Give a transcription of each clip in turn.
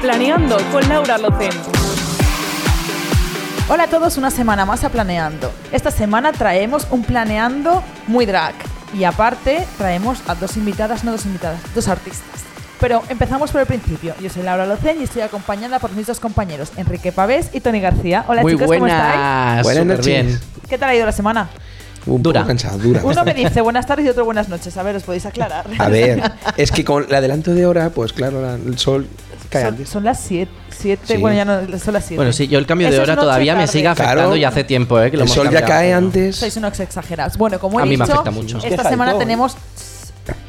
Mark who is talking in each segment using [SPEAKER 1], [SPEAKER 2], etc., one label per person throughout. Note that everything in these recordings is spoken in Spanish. [SPEAKER 1] Planeando con Laura Locen.
[SPEAKER 2] Hola a todos, una semana más a Planeando. Esta semana traemos un Planeando muy drag. Y aparte traemos a dos invitadas, no dos invitadas, dos artistas. Pero empezamos por el principio. Yo soy Laura Locen y estoy acompañada por mis dos compañeros, Enrique Pavés y Tony García. Hola
[SPEAKER 3] Muy
[SPEAKER 2] chicos, ¿cómo estáis?
[SPEAKER 3] buenas,
[SPEAKER 4] Buenas
[SPEAKER 3] súper
[SPEAKER 4] noches.
[SPEAKER 3] bien.
[SPEAKER 2] ¿Qué tal ha ido la semana?
[SPEAKER 4] Un
[SPEAKER 3] Dura.
[SPEAKER 4] poco cansado, dura.
[SPEAKER 2] Uno me dice buenas tardes y otro buenas noches. A ver, os podéis aclarar.
[SPEAKER 4] A ver, es que con el adelanto de hora, pues claro, la- el sol cae
[SPEAKER 2] Son,
[SPEAKER 4] antes.
[SPEAKER 2] son las 7.
[SPEAKER 4] Sí.
[SPEAKER 2] Bueno, ya no, son las 7.
[SPEAKER 3] Bueno, sí, yo el cambio
[SPEAKER 2] Eso
[SPEAKER 3] de
[SPEAKER 2] es
[SPEAKER 3] hora
[SPEAKER 2] noche
[SPEAKER 3] todavía me
[SPEAKER 2] tarde.
[SPEAKER 3] sigue afectando
[SPEAKER 4] Claro.
[SPEAKER 3] y hace tiempo, ¿eh? Que lo
[SPEAKER 4] El
[SPEAKER 3] hemos
[SPEAKER 4] sol ya
[SPEAKER 3] cambiado,
[SPEAKER 4] cae
[SPEAKER 3] pero-
[SPEAKER 2] Sois
[SPEAKER 4] antes.
[SPEAKER 2] unos exagerados. Bueno, como he
[SPEAKER 3] A mí me
[SPEAKER 2] dicho,
[SPEAKER 3] afecta mucho.
[SPEAKER 4] Es que
[SPEAKER 2] Esta
[SPEAKER 4] faltó,
[SPEAKER 2] semana
[SPEAKER 4] ¿eh?
[SPEAKER 2] tenemos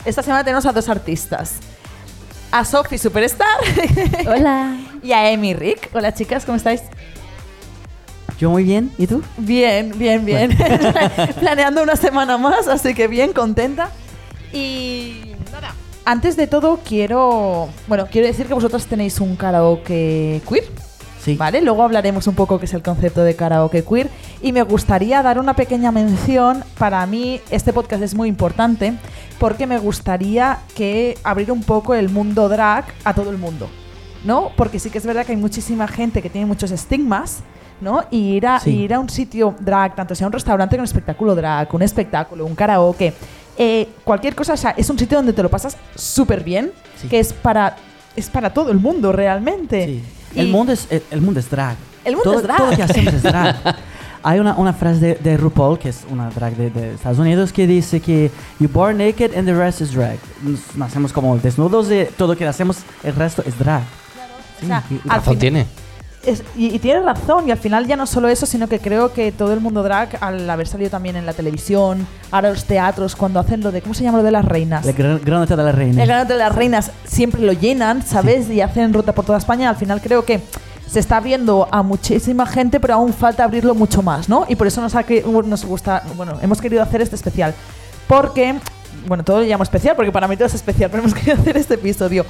[SPEAKER 2] esta semana tenemos a dos artistas. A Sophie Superstar
[SPEAKER 5] Hola.
[SPEAKER 2] y a Emi Rick. Hola chicas, ¿cómo estáis?
[SPEAKER 5] Yo muy bien. ¿Y tú?
[SPEAKER 2] Bien, bien, bien. Planeando una semana más, así que bien, contenta. Y nada. Antes de todo quiero, bueno, quiero decir que vosotras tenéis un karaoke queer.
[SPEAKER 5] Sí.
[SPEAKER 2] ¿Vale? Luego hablaremos un poco qué es el concepto de karaoke queer. Y me gustaría dar una pequeña mención. Para mí, este podcast es muy importante porque me gustaría que abrir un poco el mundo drag a todo el mundo. ¿No? Porque sí que es verdad que hay muchísima gente que tiene muchos estigmas. ¿no? Y ir a,
[SPEAKER 5] Sí.
[SPEAKER 2] ir a un sitio drag, tanto sea un restaurante que un espectáculo drag, un espectáculo, un karaoke, eh, cualquier cosa, o sea, es un sitio donde te lo pasas súper bien,
[SPEAKER 5] Sí.
[SPEAKER 2] que es para, es para todo el mundo realmente.
[SPEAKER 5] Sí.
[SPEAKER 2] Y-
[SPEAKER 5] El mundo es el, el mundo es drag.
[SPEAKER 2] El mundo
[SPEAKER 5] todo,
[SPEAKER 2] es drag.
[SPEAKER 5] Todo lo que hacemos es drag. Hay una, una frase de, de RuPaul, que es una drag de, de Estados Unidos, que dice que you born naked and the rest is drag. Nos- Nacemos como desnudos y todo lo que hacemos, el resto es drag.
[SPEAKER 2] O sea,
[SPEAKER 5] Sí,
[SPEAKER 2] al
[SPEAKER 3] Razón
[SPEAKER 2] fin-
[SPEAKER 3] tiene.
[SPEAKER 2] es- y, y tiene razón, y al final ya no solo eso, sino que creo que todo el mundo drag, al haber salido también en la televisión, ahora los teatros, cuando hacen lo de, ¿cómo se llama lo de las reinas?
[SPEAKER 5] La gran, gran Hotel de la reina.
[SPEAKER 2] El Gran Hotel de las Reinas siempre lo llenan, ¿sabes? Y hacen ruta por toda España. Al final creo que se está abriendo a muchísima gente, pero aún falta abrirlo mucho más, ¿no? Y por eso nos, ha que- uh, nos gusta, bueno, hemos querido hacer este especial. Porque, bueno, todo lo llamo especial, porque para mí todo es especial, pero hemos querido hacer este episodio.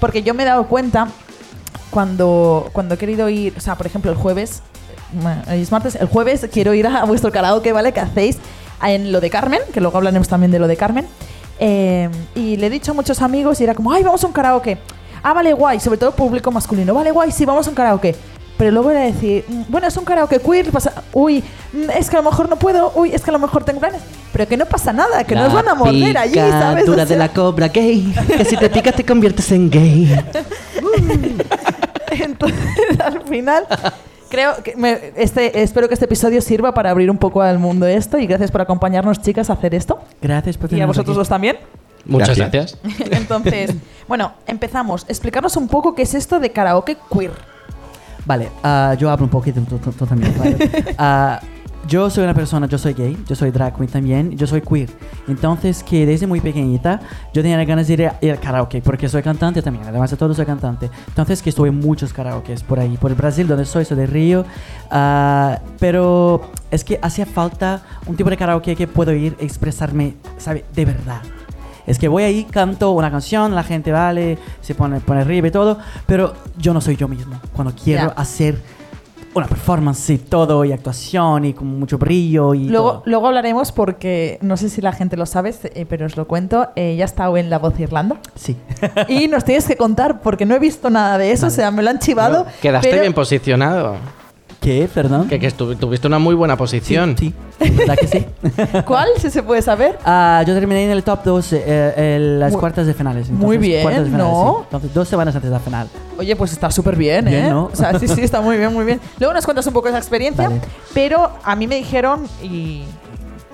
[SPEAKER 2] Porque yo me he dado cuenta cuando, cuando he querido ir, o sea, por ejemplo, el jueves, bueno, hoy es martes, el jueves quiero ir a vuestro karaoke, ¿vale? Que hacéis en lo de Carmen, que luego hablaremos también de lo de Carmen. Eh, y le he dicho a muchos amigos y era como, ay, vamos a un karaoke. Ah, vale, guay, sobre todo público masculino. Vale, guay, sí, vamos a un karaoke. Pero luego era decir, "Mm, bueno, es un karaoke queer, pasa, uy, mm, es que a lo mejor no puedo, uy, es que a lo mejor tengo planes. Pero que no pasa nada, que nos van a morder allí, ¿sabes? O
[SPEAKER 5] picadura de
[SPEAKER 2] sea-
[SPEAKER 5] la cobra gay. Que si te picas te conviertes en gay.
[SPEAKER 2] Entonces, al final, creo que me- este, espero que este episodio sirva para abrir un poco al mundo esto. Y gracias por acompañarnos, chicas, a hacer esto.
[SPEAKER 5] Gracias por
[SPEAKER 2] Y a
[SPEAKER 5] tenernos
[SPEAKER 2] vosotros
[SPEAKER 5] aquí.
[SPEAKER 2] dos también.
[SPEAKER 3] Muchas
[SPEAKER 4] Gracias.
[SPEAKER 3] gracias.
[SPEAKER 2] Entonces, bueno, empezamos. Explicarnos un poco qué es esto de karaoke queer.
[SPEAKER 5] Vale, ah, yo hablo un poquito, tú, tú- tú también. ¿vale? Ah, yo soy una persona, yo soy gay, yo soy drag queen también, yo soy queer. Entonces, que desde muy pequeñita yo tenía ganas de ir, a- ir al karaoke, porque soy cantante también, además de todo soy cantante. Entonces, que estuve en muchos karaokes por ahí, por el Brasil, donde soy, soy de Río. Ah, pero es que hacía falta un tipo de karaoke que puedo ir a expresarme, ¿sabe? De verdad. Es que voy ahí, canto una canción, la gente vale, se pone, pone arriba y todo, pero yo no soy yo mismo. Cuando quiero
[SPEAKER 2] Ya.
[SPEAKER 5] hacer una performance y todo, y actuación, y con mucho brillo y
[SPEAKER 2] Luego,
[SPEAKER 5] todo.
[SPEAKER 2] luego hablaremos porque no sé si la gente lo sabe, eh, pero os lo cuento. Eh, ya está en La Voz Irlanda.
[SPEAKER 5] Sí.
[SPEAKER 2] Y nos tienes que contar porque no he visto nada de eso. O sea, me lo han chivado.
[SPEAKER 3] Quedaste
[SPEAKER 2] pero-
[SPEAKER 3] bien posicionado.
[SPEAKER 5] ¿Qué? ¿Perdón?
[SPEAKER 3] Que, que estu- tuviste una muy buena
[SPEAKER 5] Sí,
[SPEAKER 3] posición.
[SPEAKER 5] sí. ¿Verdad que sí?
[SPEAKER 2] ¿Cuál? Si se puede saber.
[SPEAKER 5] Ah, yo terminé en el top 12, eh, en las
[SPEAKER 2] Muy-
[SPEAKER 5] cuartas de finales.
[SPEAKER 2] muy
[SPEAKER 5] entonces,
[SPEAKER 2] bien,
[SPEAKER 5] cuartas de finales,
[SPEAKER 2] ¿no?
[SPEAKER 5] sí. Entonces, dos semanas antes de la final.
[SPEAKER 2] Oye, pues está súper bien, ¿eh?
[SPEAKER 5] Bien, ¿no?
[SPEAKER 2] O sea, sí, sí, está muy bien, muy bien. Luego nos cuentas un poco esa experiencia,
[SPEAKER 5] Vale.
[SPEAKER 2] pero a mí me dijeron, y,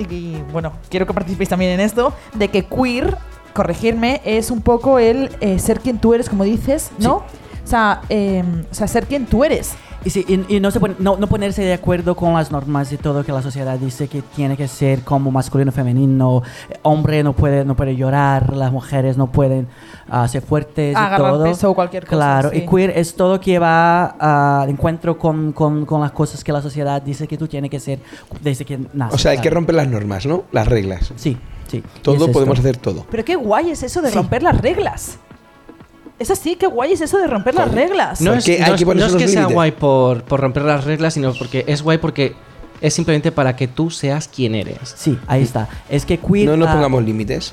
[SPEAKER 2] y- y, bueno, quiero que participéis también en esto, de que queer, corregirme, es un poco el eh, ser quien tú eres, como dices, ¿no? O, sea, eh, o sea, ser quien tú eres.
[SPEAKER 5] Y, sí, y, y no, se pon- no, no ponerse de acuerdo con las normas y todo que la sociedad dice que tiene que ser como masculino, femenino, eh, hombre no puede, no puede llorar, las mujeres no pueden ah, ser fuertes
[SPEAKER 2] Agarrar
[SPEAKER 5] y todo.
[SPEAKER 2] peso o cualquier cosa,
[SPEAKER 5] Claro,
[SPEAKER 2] sí.
[SPEAKER 5] y queer es todo que va ah, al encuentro con, con- con las cosas que la sociedad dice que tú tienes que ser desde que naces.
[SPEAKER 4] O sea, hay que
[SPEAKER 5] claro.
[SPEAKER 4] romper las normas, ¿no? Las reglas.
[SPEAKER 5] Sí, sí.
[SPEAKER 4] Todo
[SPEAKER 5] es
[SPEAKER 4] podemos
[SPEAKER 5] esto.
[SPEAKER 4] hacer todo.
[SPEAKER 2] Pero qué guay es eso de
[SPEAKER 5] Sí.
[SPEAKER 2] romper las reglas. Es así, qué guay es eso de romper las reglas.
[SPEAKER 3] No es,
[SPEAKER 4] Porque hay
[SPEAKER 3] no
[SPEAKER 4] que
[SPEAKER 3] es-
[SPEAKER 4] ponerse
[SPEAKER 3] no es
[SPEAKER 4] los
[SPEAKER 3] que sea
[SPEAKER 4] límites.
[SPEAKER 3] guay por, por romper las reglas, sino porque es guay porque es simplemente para que tú seas quien eres.
[SPEAKER 5] Sí, ahí está. Es que queer.
[SPEAKER 4] No nos
[SPEAKER 5] ah,
[SPEAKER 4] pongamos límites.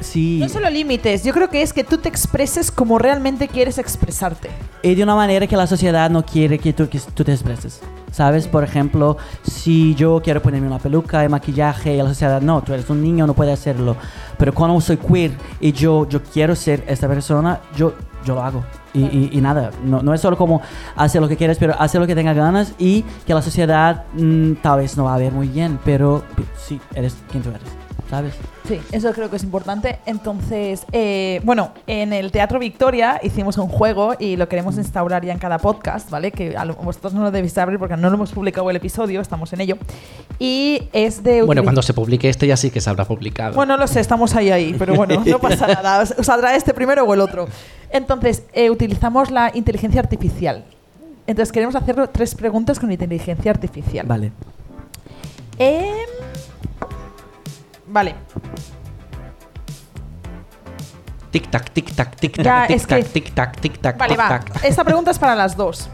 [SPEAKER 5] Sí.
[SPEAKER 2] No solo límites, yo creo que es que tú te expreses como realmente quieres expresarte.
[SPEAKER 5] y de una manera que la sociedad no quiere que tú, que tú te expreses. ¿Sabes? Por ejemplo, si yo quiero ponerme una peluca y maquillaje y la sociedad, no, tú eres un niño, no puedes hacerlo. Pero cuando soy queer y yo, yo quiero ser esta persona, yo, yo lo hago. Y, y- y nada, no, no es solo como hacer lo que quieres, pero hacer lo que tenga ganas y que la sociedad mm, tal vez no va a ver muy bien, pero pi- sí, eres quien tú eres, ¿sabes?
[SPEAKER 2] Sí, eso creo que es importante. Entonces, eh, bueno, en el Teatro Victoria hicimos un juego y lo queremos instaurar ya en cada podcast, ¿vale? Que a lo- vosotros no lo debéis saber porque no lo hemos publicado el episodio, estamos en ello. Y es de...
[SPEAKER 3] Bueno,
[SPEAKER 2] utili-
[SPEAKER 3] cuando se publique este ya sí que se habrá publicado.
[SPEAKER 2] Bueno, lo sé, estamos ahí, ahí, pero bueno, no pasa nada. Os- os Saldrá este primero o el otro. Entonces, eh, utilizamos la inteligencia artificial. Entonces, queremos hacer tres preguntas con inteligencia artificial.
[SPEAKER 5] Vale.
[SPEAKER 2] Em, vale.
[SPEAKER 3] Tic tac, tic tac, tic
[SPEAKER 2] Ya,
[SPEAKER 3] tac, tic
[SPEAKER 2] es que-
[SPEAKER 3] tac, tic tac, tic tac,
[SPEAKER 2] Vale,
[SPEAKER 3] tic
[SPEAKER 2] va.
[SPEAKER 3] tac.
[SPEAKER 2] Esta pregunta es para las dos.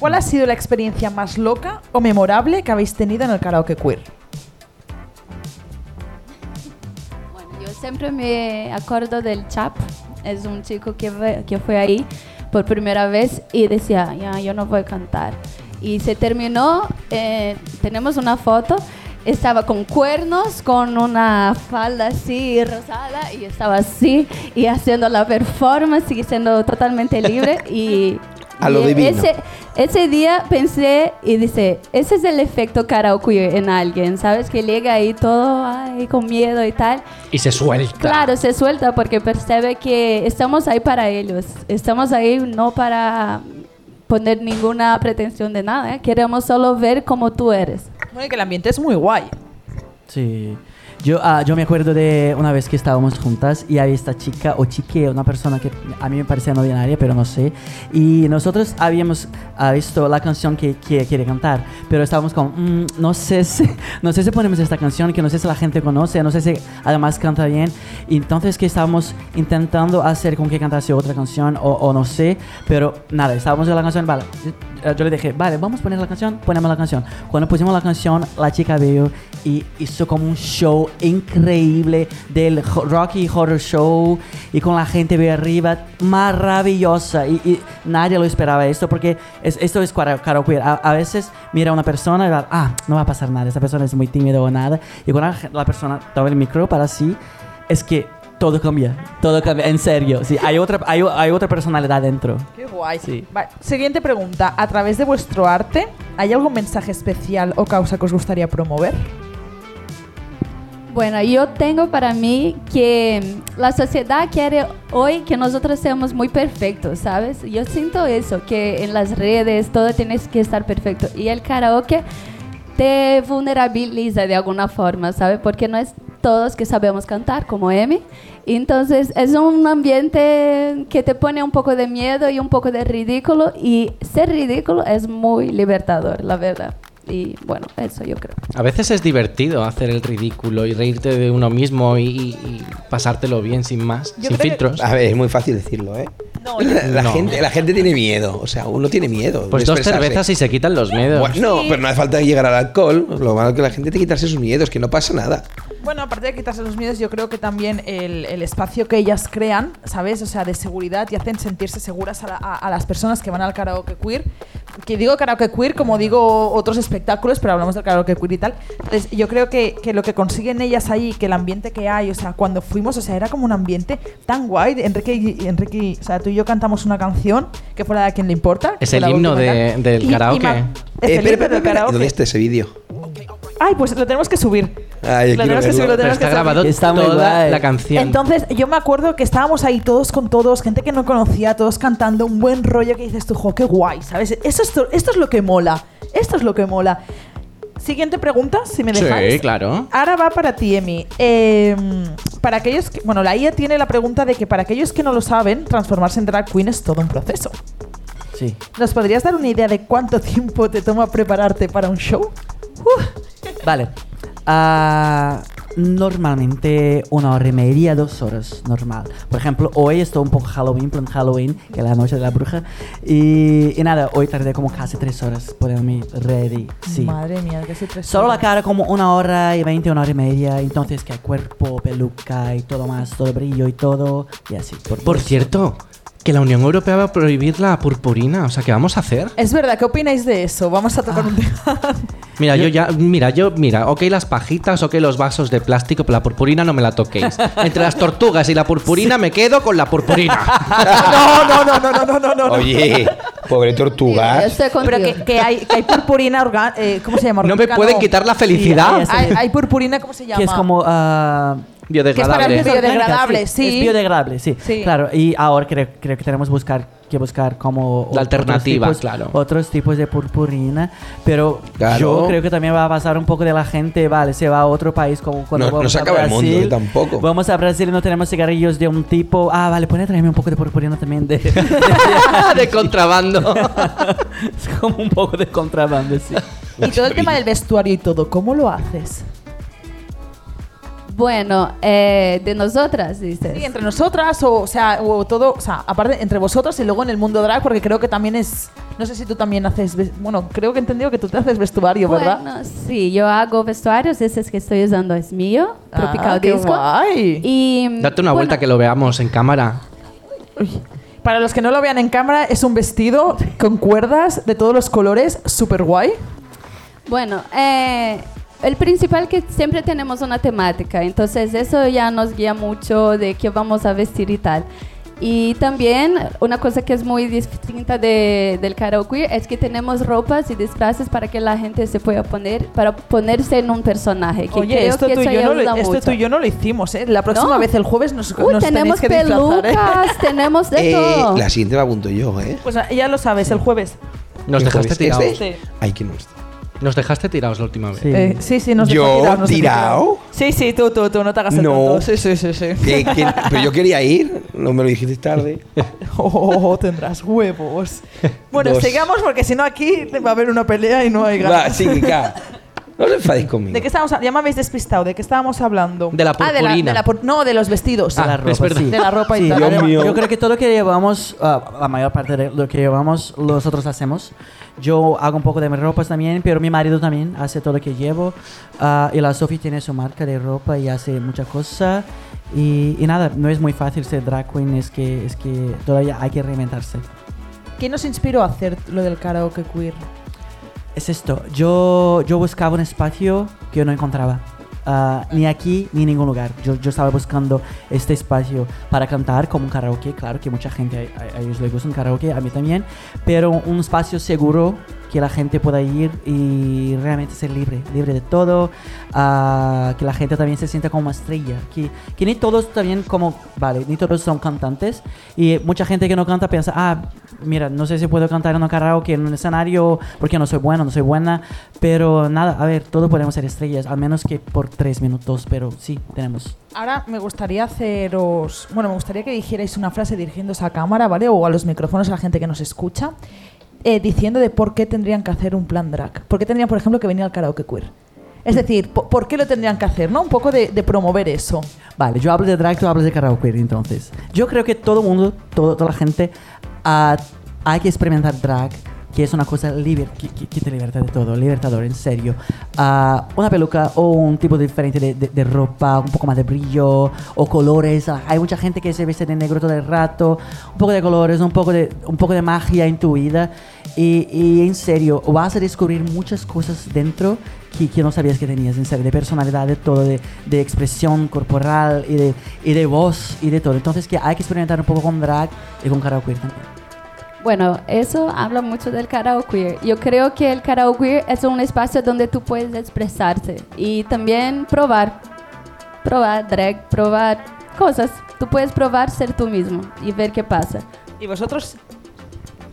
[SPEAKER 2] ¿Cuál ha sido la experiencia más loca o memorable que habéis tenido en el karaoke queer?
[SPEAKER 6] Bueno, yo siempre me acuerdo del Chap, es un chico que, ve- que fue ahí por primera vez y decía, ya, yo no voy a cantar. Y se terminó, eh, tenemos una foto, estaba con cuernos, con una falda así rosada y estaba así y haciendo la performance y siendo totalmente libre y...
[SPEAKER 4] A
[SPEAKER 6] y
[SPEAKER 4] lo divino.
[SPEAKER 6] ese- ese día pensé y dice, ese es el efecto karaoke en alguien, ¿sabes? Que llega ahí todo ay, con miedo y tal.
[SPEAKER 3] Y se suelta.
[SPEAKER 6] Claro, se suelta porque percibe que estamos ahí para ellos. Estamos ahí no para poner ninguna pretensión de nada. ¿eh? Queremos solo ver cómo tú eres.
[SPEAKER 2] Bueno, y que el ambiente es muy guay.
[SPEAKER 5] Sí. Yo, ah, yo me acuerdo de una vez que estábamos juntas y había esta chica o chique, una persona que a mí me parecía no binaria, pero no sé. Y nosotros habíamos ah, visto la canción que, que quiere cantar, pero estábamos como, "Mm, no, sé si, no sé si ponemos esta canción, que no sé si la gente conoce, no sé si además canta bien. Y entonces que estábamos intentando hacer con que cantase otra canción o, o no sé, pero nada, estábamos en la canción, vale. Yo- Yo le dije, vale, vamos a poner la canción, ponemos la canción. Cuando pusimos la canción, la chica vio y hizo como un show increíble del ho- Rocky Horror Show y con la gente de arriba, maravillosa. Y, y nadie lo esperaba esto porque es- esto es cara- karaoke. A, a veces mira a una persona y va, ah, no va a pasar nada, esa persona es muy tímida o nada. Y cuando la, gen- la persona toma el micro para sí, es que todo cambia, todo cambia, en serio. Sí, hay, otra, hay, hay otra personalidad dentro.
[SPEAKER 2] Qué guay.
[SPEAKER 5] Sí.
[SPEAKER 2] Va- Siguiente pregunta. A través de vuestro arte, ¿hay algún mensaje especial o causa que os gustaría promover?
[SPEAKER 6] Bueno, yo tengo para mí que mm, la sociedad quiere hoy que nosotros seamos muy perfectos, ¿sabes? Yo siento eso, que en las redes todo tienes que estar perfecto. Y el karaoke te vulnerabiliza de alguna forma, ¿sabes? Porque no es todos que sabemos cantar, como Emi. Entonces es un ambiente que te pone un poco de miedo y un poco de ridículo. Y ser ridículo es muy libertador, la verdad. Y bueno, eso yo creo.
[SPEAKER 3] A veces es divertido hacer el ridículo y reírte de uno mismo y, y- y pasártelo bien sin más,
[SPEAKER 2] Yo creo
[SPEAKER 3] sin
[SPEAKER 2] que- Ah,
[SPEAKER 3] filtros.
[SPEAKER 4] A ver, es muy fácil decirlo, ¿eh? la,
[SPEAKER 3] No.
[SPEAKER 4] gente, la gente tiene miedo, o sea, uno tiene miedo.
[SPEAKER 3] Pues
[SPEAKER 4] de
[SPEAKER 3] dos
[SPEAKER 4] expresarse.
[SPEAKER 3] cervezas y se quitan los miedos.
[SPEAKER 4] Bueno, pero no hace falta llegar al alcohol. Lo malo es que la gente tiene que quitarse sus miedos, que no pasa nada.
[SPEAKER 2] Bueno, aparte de quitarse los miedos, yo creo que también el, el espacio que ellas crean, ¿sabes? O sea, de seguridad y hacen sentirse seguras a, la- a- a las personas que van al karaoke queer. Que digo karaoke queer como digo otros espectáculos, pero hablamos del karaoke queer y tal. Entonces, yo creo que, que lo que consiguen ellas ahí, que el ambiente que hay, o sea, cuando fuimos, o sea, era como un ambiente tan guay. Enrique y, Enrique y- o sea, tú y yo cantamos una canción que fuera de a quien le importa.
[SPEAKER 3] Es
[SPEAKER 2] que
[SPEAKER 3] el
[SPEAKER 2] fue la
[SPEAKER 3] himno
[SPEAKER 2] última
[SPEAKER 3] de-
[SPEAKER 2] y tal.
[SPEAKER 3] del
[SPEAKER 2] Y- y
[SPEAKER 3] karaoke.
[SPEAKER 2] ma- es
[SPEAKER 4] Eh,
[SPEAKER 2] el
[SPEAKER 4] espera,
[SPEAKER 2] himno
[SPEAKER 4] espera,
[SPEAKER 2] del
[SPEAKER 4] espera. ¿Dónde
[SPEAKER 2] karaoke.
[SPEAKER 4] está ese vídeo?
[SPEAKER 2] Ay, pues lo tenemos que subir.
[SPEAKER 4] Ay, yo
[SPEAKER 2] lo
[SPEAKER 4] quiero
[SPEAKER 2] tenemos que
[SPEAKER 4] verlo.
[SPEAKER 2] subir, lo
[SPEAKER 3] Pero
[SPEAKER 2] tenemos que
[SPEAKER 3] está
[SPEAKER 2] subir.
[SPEAKER 3] grabado
[SPEAKER 5] Está muy
[SPEAKER 3] toda
[SPEAKER 5] guay.
[SPEAKER 3] la canción.
[SPEAKER 2] Entonces, yo me acuerdo que estábamos ahí todos con todos, gente que no conocía, todos cantando un buen rollo que dices tú, jo, qué guay, ¿sabes? Eso es to- esto es lo que mola. Esto es lo que mola. Siguiente pregunta, si me dejáis.
[SPEAKER 3] sí, claro.
[SPEAKER 2] Ahora va para ti, Emi. Eh, para aquellos que, bueno, la IA tiene la pregunta de que para aquellos que no lo saben, transformarse en drag queen es todo un proceso.
[SPEAKER 5] Sí.
[SPEAKER 2] ¿Nos podrías dar una idea de cuánto tiempo te toma prepararte para un show?
[SPEAKER 5] Vale. Ah, normalmente una hora y media, dos horas, normal. Por ejemplo, hoy estoy un poco Halloween, plan Halloween, que es la noche de la bruja. Y, y nada, hoy tardé como casi tres horas ponerme ready. Sí.
[SPEAKER 2] Madre mía, que soy tres
[SPEAKER 5] Solo la
[SPEAKER 2] horas.
[SPEAKER 5] cara como una hora y veinte, una hora y media. Entonces que hay cuerpo, peluca y todo más, todo brillo y todo. Y así.
[SPEAKER 3] Por cierto, que la Unión Europea va a prohibir la purpurina. O sea, ¿qué vamos a hacer?
[SPEAKER 2] Es verdad, ¿qué opináis de eso? Vamos a
[SPEAKER 5] Ah.
[SPEAKER 2] tocar un tema.
[SPEAKER 3] Mira, yo, ya, mira, yo, mira, ok las pajitas, ok los vasos de plástico, pero la purpurina no me la toquéis. Entre las tortugas y la purpurina me quedo con la purpurina.
[SPEAKER 2] no, no, no, no, no, no, no, no.
[SPEAKER 4] Oye, pobre tortuga.
[SPEAKER 6] Yo estoy
[SPEAKER 2] Pero
[SPEAKER 6] contigo.
[SPEAKER 2] que, que hay, que hay purpurina orgánica. ¿Cómo se llama?
[SPEAKER 3] No me
[SPEAKER 2] Orgánica,
[SPEAKER 3] pueden quitar la
[SPEAKER 5] ahí
[SPEAKER 3] felicidad.
[SPEAKER 5] está.
[SPEAKER 2] Hay, hay purpurina, ¿cómo se llama?
[SPEAKER 5] Que es como... ah,
[SPEAKER 2] Que es
[SPEAKER 3] Biodegradable.
[SPEAKER 2] para biodegradable,
[SPEAKER 5] orgánica,
[SPEAKER 2] sí.
[SPEAKER 5] Es biodegradable, sí.
[SPEAKER 2] Sí.
[SPEAKER 5] Claro, y ahora creo, creo que tenemos buscar, que buscar como...
[SPEAKER 3] La
[SPEAKER 5] o-
[SPEAKER 3] alternativa,
[SPEAKER 5] otros tipos,
[SPEAKER 3] claro.
[SPEAKER 5] Otros tipos de purpurina, pero
[SPEAKER 4] Claro.
[SPEAKER 5] yo creo que también va a pasar un poco de la gente, vale, se va a otro país como cuando
[SPEAKER 4] No- no
[SPEAKER 5] vamos
[SPEAKER 4] se
[SPEAKER 5] a
[SPEAKER 4] acaba el
[SPEAKER 5] Brasil.
[SPEAKER 4] mundo, eh, tampoco.
[SPEAKER 5] Vamos a Brasil y no tenemos cigarrillos de un tipo... Ah, vale, puede traerme un poco de purpurina también de...
[SPEAKER 3] de contrabando.
[SPEAKER 5] es como un poco de contrabando, sí.
[SPEAKER 2] Y todo el tema del vestuario y todo, ¿cómo lo haces?
[SPEAKER 6] Bueno, eh, de nosotras, dices.
[SPEAKER 2] Sí, entre nosotras o, o sea, o todo, o sea, aparte entre vosotras y luego en el mundo drag, porque creo que también es, no sé si tú también haces, ves- bueno, creo que he entendido que tú te haces vestuario, ¿verdad?
[SPEAKER 6] Bueno, sí, yo hago vestuarios, ese que estoy usando es mío,
[SPEAKER 2] Ah,
[SPEAKER 6] Tropical
[SPEAKER 2] qué
[SPEAKER 6] Disco.
[SPEAKER 2] guay.
[SPEAKER 6] Y,
[SPEAKER 3] Date una
[SPEAKER 6] bueno,
[SPEAKER 3] vuelta que lo veamos en cámara.
[SPEAKER 2] Para los que no lo vean en cámara, es un vestido con cuerdas de todos los colores, súper guay.
[SPEAKER 6] Bueno, eh, el principal que siempre tenemos una temática, entonces eso ya nos guía mucho de qué vamos a vestir y tal. Y también una cosa que es muy distinta de- del karaoke es que tenemos ropas y disfraces para que la gente se pueda poner, para ponerse en un personaje. Que creo
[SPEAKER 2] esto,
[SPEAKER 6] que
[SPEAKER 2] tú,
[SPEAKER 6] eso
[SPEAKER 2] y yo no,
[SPEAKER 6] ayuda
[SPEAKER 2] lo- esto
[SPEAKER 6] mucho.
[SPEAKER 2] tú y yo no lo hicimos, ¿eh? La próxima
[SPEAKER 6] No.
[SPEAKER 2] vez, el jueves, nos,
[SPEAKER 6] Uy,
[SPEAKER 2] nos
[SPEAKER 6] tenemos
[SPEAKER 2] tenéis que disfrazar, ¿eh?
[SPEAKER 6] pelucas, tenemos de
[SPEAKER 4] Eh,
[SPEAKER 6] todo.
[SPEAKER 4] la siguiente la apunto yo, ¿eh?
[SPEAKER 2] Pues ya lo sabes, el jueves.
[SPEAKER 3] Nos dejaste
[SPEAKER 4] ¿Qué jueves?
[SPEAKER 3] tirados.
[SPEAKER 4] ¿Este?
[SPEAKER 2] Sí.
[SPEAKER 4] Ay, que no está.
[SPEAKER 3] Nos dejaste tirados la última vez.
[SPEAKER 5] Sí.
[SPEAKER 2] Eh, sí, sí, nos
[SPEAKER 4] ¿Yo
[SPEAKER 2] dejó tirar, nos dejó
[SPEAKER 4] tirao?
[SPEAKER 2] tirar. Sí, sí, tú, tú, tú, no te hagas el
[SPEAKER 4] No.
[SPEAKER 2] tonto. Sí, sí, sí, sí.
[SPEAKER 4] Que- que- pero yo quería ir, no me lo dijiste tarde.
[SPEAKER 2] Oh, tendrás huevos. Bueno,
[SPEAKER 4] Dos.
[SPEAKER 2] sigamos porque si no aquí va a haber una pelea y no hay
[SPEAKER 4] Va,
[SPEAKER 2] ganas.
[SPEAKER 4] sí, Kika. No os enfadéis conmigo.
[SPEAKER 2] ¿De qué estábamos hab- Ya me habéis despistado. ¿De qué estábamos hablando?
[SPEAKER 3] De la
[SPEAKER 2] Ah, de la,
[SPEAKER 3] purpurina.
[SPEAKER 2] de la pur- no, de los vestidos.
[SPEAKER 5] de la
[SPEAKER 3] Ah,
[SPEAKER 5] ropa,
[SPEAKER 3] es verdad.
[SPEAKER 5] sí.
[SPEAKER 2] De la ropa y
[SPEAKER 5] Sí,
[SPEAKER 2] tal.
[SPEAKER 5] yo-
[SPEAKER 4] Dios mío.
[SPEAKER 5] Yo creo que todo lo que llevamos, ah, la mayor parte de lo que llevamos, los otros hacemos. Yo hago un poco de mis ropas también, pero mi marido también hace todo lo que llevo. Ah, y la Sophie tiene su marca de ropa y hace muchas cosas. Y, y nada, no es muy fácil ser drag queen, es que, es que todavía hay que reinventarse.
[SPEAKER 2] ¿Quién nos inspiró a hacer lo del karaoke queer?
[SPEAKER 5] Es esto, yo, yo buscaba un espacio que yo no encontraba. Ah, ni aquí ni en ningún lugar. Yo, yo estaba buscando este espacio para cantar como un karaoke. Claro que mucha gente a, a ellos les gusta un karaoke, a mí también. Pero un espacio seguro que la gente pueda ir y realmente ser libre, libre de todo. ah, que la gente también se sienta como una estrella. Que, que ni todos también como, vale, ni todos son cantantes. Y mucha gente que no canta piensa, ah, mira, no sé si puedo cantar en un karaoke, en un escenario, porque no soy bueno, no soy buena. Pero nada, a ver, todos podemos ser estrellas, al menos que por tres minutos, pero sí, tenemos.
[SPEAKER 2] Ahora me gustaría haceros. Bueno, me gustaría que dijerais una frase dirigiéndose a cámara, ¿vale? O a los micrófonos, a la gente que nos escucha, eh, diciendo de por qué tendrían que hacer un plan drag. ¿Por qué tendrían, por ejemplo, que venir al karaoke queer? Es decir, po- ¿por qué lo tendrían que hacer, no? Un poco de, de promover eso.
[SPEAKER 5] Vale, yo hablo de drag, tú hablas de karaoke, entonces. Yo creo que todo mundo, todo, toda la gente, ah, hay que experimentar drag, que es una cosa liber que, que- que te liberta de todo, libertador, en serio. Ah, una peluca o un tipo diferente de, de- de ropa, un poco más de brillo, o colores. Ah, Hay mucha gente que se viste de negro todo el rato, un poco de colores, un poco de, un poco de magia en tu vida. Y, y en serio, vas a descubrir muchas cosas dentro que, que no sabías que tenías, en serio, de personalidad, de todo, de, de expresión corporal y de, y de voz y de todo. Entonces que hay que experimentar un poco con drag y con karaoke también.
[SPEAKER 6] Bueno, eso habla mucho del karaoke. Yo creo que el karaoke es un espacio donde tú puedes expresarte y también probar. Probar drag, probar cosas. Tú puedes probar ser tú mismo y ver qué pasa.
[SPEAKER 2] ¿Y vosotros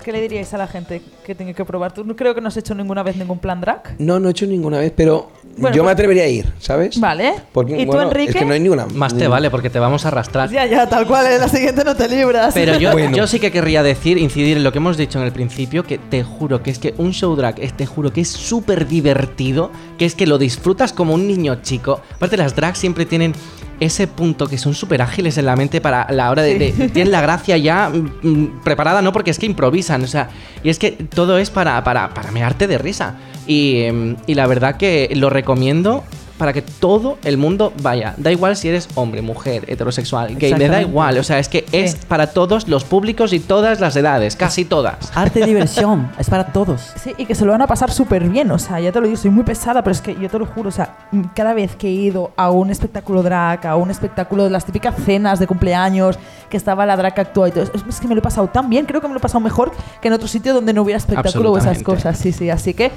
[SPEAKER 2] qué le diríais a la gente que tenga que probar? Tú no creo que no has hecho ninguna vez ningún plan drag.
[SPEAKER 4] No, no he hecho ninguna vez, pero
[SPEAKER 2] Bueno,
[SPEAKER 4] yo me
[SPEAKER 2] pues-
[SPEAKER 4] atrevería a ir, ¿sabes?
[SPEAKER 2] Vale.
[SPEAKER 4] Porque,
[SPEAKER 2] ¿Y tú,
[SPEAKER 4] bueno,
[SPEAKER 2] Enrique?
[SPEAKER 4] Es que no hay ninguna.
[SPEAKER 3] Más te vale porque te vamos a arrastrar.
[SPEAKER 2] Ya, ya, tal cual, en la siguiente no te libras.
[SPEAKER 3] Pero yo,
[SPEAKER 4] Bueno.
[SPEAKER 3] yo sí que querría decir, incidir en lo que hemos dicho en el principio, que te juro que es que un show drag, es, te juro que es súper divertido, porque es que lo disfrutas como un niño chico. Aparte, las drags siempre tienen ese punto que son súper ágiles en la mente para la hora de, de- Tienen la gracia ya mm, mm, preparada, ¿no? Porque es que improvisan, o sea... Y es que todo es para, para, para mearte de risa. Y, em, y la verdad que lo recomiendo para que todo el mundo vaya. Da igual si eres hombre, mujer, heterosexual, gay, me da
[SPEAKER 5] Exactamente.
[SPEAKER 3] igual. O sea, es que es para todos los públicos y todas las edades, casi todas.
[SPEAKER 5] Arte y diversión, es para todos.
[SPEAKER 2] Sí, y que se lo van a pasar súper bien. O sea, ya te lo digo, soy muy pesada, pero es que yo te lo juro. O sea, mm, cada vez que he ido a un espectáculo drag, a un espectáculo de las típicas cenas de cumpleaños, que estaba la drag que actúa y todo, es, es que me lo he pasado tan bien, creo que me lo he pasado mejor que en otro sitio donde no hubiera espectáculo o esas
[SPEAKER 3] Absolutamente.
[SPEAKER 2] cosas. Sí, sí, así que,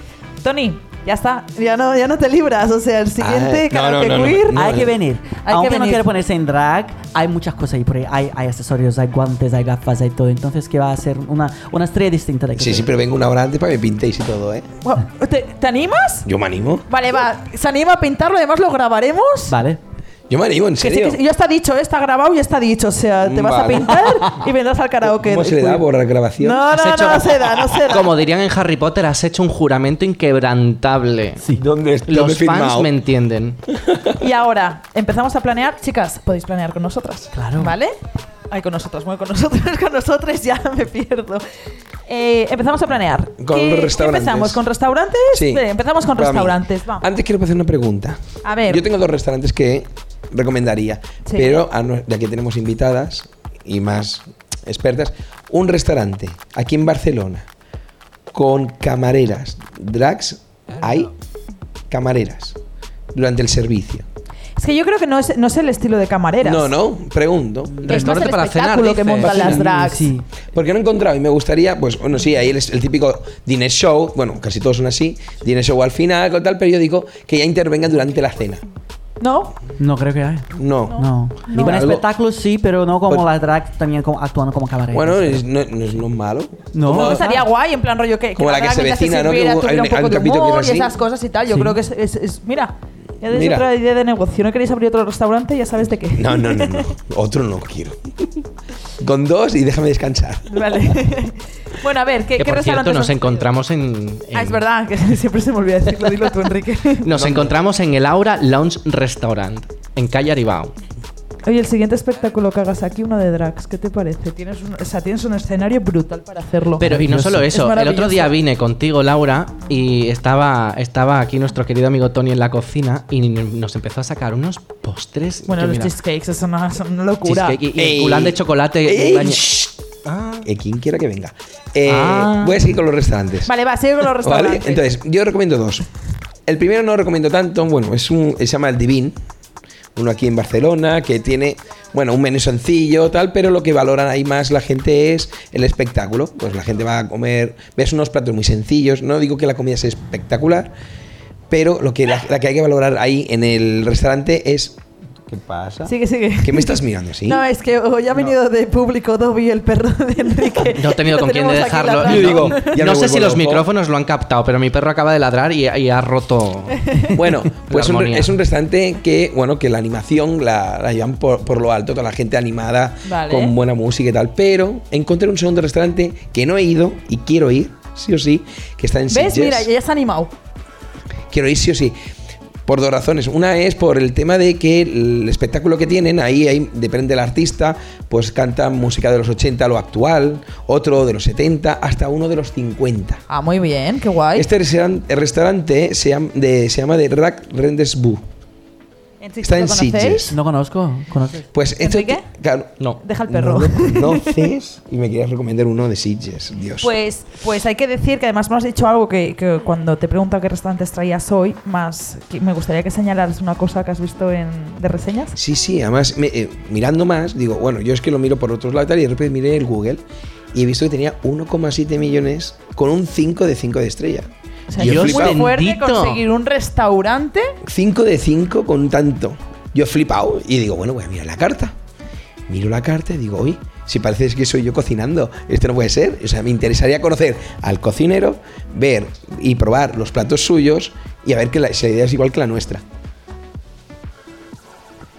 [SPEAKER 2] Tony, ya está. Ya no, ya no te libras. O sea, el siguiente
[SPEAKER 4] Ay, Ah, no, no,
[SPEAKER 2] karaoke
[SPEAKER 4] no, no.
[SPEAKER 2] queer.
[SPEAKER 4] No,
[SPEAKER 5] hay
[SPEAKER 4] no.
[SPEAKER 5] que venir.
[SPEAKER 2] eh, Hay que
[SPEAKER 5] Aunque no
[SPEAKER 2] venir.
[SPEAKER 5] quiera ponerse en drag, hay muchas cosas ahí por ahí. Hay, hay accesorios, hay guantes, hay gafas, hay todo. Entonces, que va a ser una, una estrella distinta de aquí.
[SPEAKER 4] Sí, sí, pero vengo una hora antes para que me pintéis y todo, ¿eh?
[SPEAKER 2] Guau, ¿Te, te animas?
[SPEAKER 4] Yo me animo.
[SPEAKER 2] Vale, va. Se anima a pintarlo, además lo grabaremos.
[SPEAKER 5] Vale.
[SPEAKER 4] Yo me animo, en
[SPEAKER 2] Que sí,
[SPEAKER 4] serio.
[SPEAKER 2] que sí. ya está dicho, ¿eh? está grabado y está dicho. O sea, te vas a
[SPEAKER 4] Mm, Vale.
[SPEAKER 2] pintar y vendrás al karaoke.
[SPEAKER 4] ¿Cómo se le da por la grabación?
[SPEAKER 2] No, no,
[SPEAKER 3] Has
[SPEAKER 2] no,
[SPEAKER 3] hecho-
[SPEAKER 2] no se da, no se da.
[SPEAKER 3] Como dirían en Harry Potter, has hecho un juramento inquebrantable.
[SPEAKER 5] Sí.
[SPEAKER 4] ¿Dónde dónde he
[SPEAKER 3] Los fans
[SPEAKER 4] firmado?
[SPEAKER 3] me entienden.
[SPEAKER 2] Y ahora, empezamos a planear. Chicas, podéis planear con nosotras.
[SPEAKER 5] Claro.
[SPEAKER 2] ¿Vale? Ay, con nosotros, bueno, con nosotros, con nosotros ya me pierdo. Eh, empezamos a planear.
[SPEAKER 4] Con
[SPEAKER 2] ¿Qué- qué
[SPEAKER 4] restaurantes.
[SPEAKER 2] ¿Empezamos con restaurantes?
[SPEAKER 4] Sí.
[SPEAKER 2] Ve, empezamos con
[SPEAKER 4] Para mí.
[SPEAKER 2] restaurantes, va.
[SPEAKER 4] Antes quiero hacer una pregunta.
[SPEAKER 2] A ver.
[SPEAKER 4] Yo tengo dos restaurantes que recomendaría,
[SPEAKER 2] Sí.
[SPEAKER 4] pero a no- ya que tenemos invitadas y más expertas, un restaurante aquí en Barcelona con camareras, drags, hay camareras durante el servicio.
[SPEAKER 2] Es que yo creo que no es, no es el estilo de camareras.
[SPEAKER 4] No, no, pregunto.
[SPEAKER 2] Que es más
[SPEAKER 3] Restaurante
[SPEAKER 2] el
[SPEAKER 3] para cenar,
[SPEAKER 2] espectáculo que
[SPEAKER 3] dices.
[SPEAKER 2] montan las
[SPEAKER 4] Sí,
[SPEAKER 2] drags.
[SPEAKER 5] Sí.
[SPEAKER 4] Porque no he encontrado y me gustaría, pues bueno, sí, ahí el, el típico dinner show, bueno, casi todos son así, dinner show al final, con tal periódico, que ya intervenga durante la cena.
[SPEAKER 2] ¿No?
[SPEAKER 5] No creo que hay.
[SPEAKER 4] No.
[SPEAKER 5] No.
[SPEAKER 4] No.
[SPEAKER 5] Buen
[SPEAKER 4] Algo-
[SPEAKER 5] espectáculo, sí, pero no como
[SPEAKER 4] Pues-
[SPEAKER 5] las drag también como- actuando como cabaret.
[SPEAKER 4] Bueno, es- no, no es no es malo.
[SPEAKER 5] No.
[SPEAKER 4] Como-
[SPEAKER 2] No, estaría guay, en plan rollo que.
[SPEAKER 4] Como la que se
[SPEAKER 2] realmente
[SPEAKER 4] vecina, ¿no? Que
[SPEAKER 2] sirviera,
[SPEAKER 4] hubo- hay
[SPEAKER 2] tuviera
[SPEAKER 4] un-
[SPEAKER 2] un poco
[SPEAKER 4] hay un
[SPEAKER 2] de
[SPEAKER 4] capítulo que
[SPEAKER 2] humor
[SPEAKER 4] es
[SPEAKER 2] y
[SPEAKER 4] así.
[SPEAKER 2] esas cosas y tal. Yo
[SPEAKER 5] Sí.
[SPEAKER 2] creo que es. es- es- mira, ya tenéis
[SPEAKER 4] Mira.
[SPEAKER 2] otra idea de negocio. ¿No queréis abrir otro restaurante? Ya sabes de qué.
[SPEAKER 4] No, no, no, no. Otro no quiero. Con dos y déjame descansar.
[SPEAKER 2] Vale. bueno, a ver, ¿qué,
[SPEAKER 3] Que
[SPEAKER 2] qué
[SPEAKER 3] por cierto,
[SPEAKER 2] restaurantes
[SPEAKER 3] nos
[SPEAKER 2] has-
[SPEAKER 3] encontramos en. en-
[SPEAKER 2] Ah, es verdad, que siempre se me olvida decirlo. Dilo tú, Enrique.
[SPEAKER 3] Nos encontramos en el Aura Lounge Restaurant, en calle Aribao.
[SPEAKER 2] Oye, el siguiente espectáculo que hagas aquí, uno de drags, ¿qué te parece? Tienes un, o sea, tienes un escenario brutal para hacerlo.
[SPEAKER 3] Pero y no solo
[SPEAKER 2] Es
[SPEAKER 3] eso, el otro
[SPEAKER 2] Oh, maravilloso.
[SPEAKER 3] día vine contigo, Laura, y estaba, estaba aquí nuestro querido amigo Tony en la cocina y nos empezó a sacar unos postres.
[SPEAKER 2] Bueno,
[SPEAKER 3] que
[SPEAKER 2] los
[SPEAKER 3] mira,
[SPEAKER 2] cheesecakes son una, son una locura.
[SPEAKER 3] cheesecake y, y el
[SPEAKER 4] Ey.
[SPEAKER 3] culán de chocolate.
[SPEAKER 4] Ey,
[SPEAKER 3] bañe-
[SPEAKER 4] shh.
[SPEAKER 3] Ah.
[SPEAKER 4] Eh, quien quiera que venga. Eh,
[SPEAKER 3] Ah.
[SPEAKER 4] Voy a seguir con los restaurantes.
[SPEAKER 2] Vale, va, sigue con los
[SPEAKER 4] ¿Vale?
[SPEAKER 2] restaurantes.
[SPEAKER 4] Entonces, yo recomiendo dos. El primero no recomiendo tanto, bueno, es un, se llama El Divin, uno aquí en Barcelona, que tiene, bueno, un menú sencillo, tal, pero lo que valoran ahí más la gente es el espectáculo. Pues la gente va a comer, ves unos platos muy sencillos, no digo que la comida sea espectacular, pero lo que la, la que hay que valorar ahí en el restaurante es... ¿Qué pasa?
[SPEAKER 2] Sigue, sigue.
[SPEAKER 4] ¿Qué me estás mirando así?
[SPEAKER 2] No, es que hoy ha venido de público Dobby, el perro de Enrique.
[SPEAKER 3] No he tenido
[SPEAKER 2] Lo
[SPEAKER 3] con quién
[SPEAKER 2] tenemos aquí
[SPEAKER 3] dejarlo.
[SPEAKER 2] ladrando.
[SPEAKER 4] Yo digo, ya
[SPEAKER 3] no
[SPEAKER 4] me
[SPEAKER 3] sé si
[SPEAKER 4] vuelvo
[SPEAKER 3] los
[SPEAKER 4] loco.
[SPEAKER 3] micrófonos lo han captado, pero mi perro acaba de ladrar y, y ha roto.
[SPEAKER 4] Bueno, pues un-
[SPEAKER 3] armonía.
[SPEAKER 4] es un restaurante que, bueno, que la animación la, la llevan por, por lo alto, toda la gente animada,
[SPEAKER 2] Vale.
[SPEAKER 4] con buena música y tal. Pero encontré un segundo restaurante que no he ido y quiero ir, sí o sí, que está en
[SPEAKER 2] ¿Ves?
[SPEAKER 4] Sitges.
[SPEAKER 2] Mira, ya se ha animado.
[SPEAKER 4] Quiero ir sí o sí. Por dos razones. Una es por el tema de que el espectáculo que tienen, ahí, ahí depende del artista, pues cantan música de los 80, lo actual, otro de los 70, hasta uno de los 50.
[SPEAKER 2] Ah, muy bien, qué guay.
[SPEAKER 4] Este restauran- el restaurante se llama, de, se llama de Rack Renders Boo.
[SPEAKER 2] En Sitges
[SPEAKER 4] Está
[SPEAKER 2] lo
[SPEAKER 4] en
[SPEAKER 2] conocéis.
[SPEAKER 4] Sitges.
[SPEAKER 5] No conozco. ¿Conoces?
[SPEAKER 4] Pues esto
[SPEAKER 2] ¿Enrique?
[SPEAKER 4] te- claro,
[SPEAKER 3] No.
[SPEAKER 2] Deja al perro.
[SPEAKER 4] No lo conoces y me querías recomendar uno de Sitges, Dios.
[SPEAKER 2] Pues, pues hay que decir que además me has dicho algo que, que cuando te pregunto qué restaurantes traías hoy, más que me gustaría que señalaras una cosa que has visto en, de reseñas.
[SPEAKER 4] Sí, sí, además me- eh, mirando más, digo, bueno, yo es que lo miro por otros lados y tal, y de repente miré el Google y he visto que tenía 1,7 millones con un 5 de 5 de estrella.
[SPEAKER 2] O sea,
[SPEAKER 4] Yo he
[SPEAKER 2] es muy
[SPEAKER 4] flipado.
[SPEAKER 2] fuerte
[SPEAKER 3] Bendito.
[SPEAKER 2] conseguir un restaurante.
[SPEAKER 4] 5 de 5 con tanto. Yo he flipado y digo, bueno, voy a mirar la carta. Miro la carta y digo, uy, si parece que soy yo cocinando, esto no puede ser. O sea, me interesaría conocer al cocinero, ver y probar los platos suyos y a ver que la, si la idea es igual que la nuestra.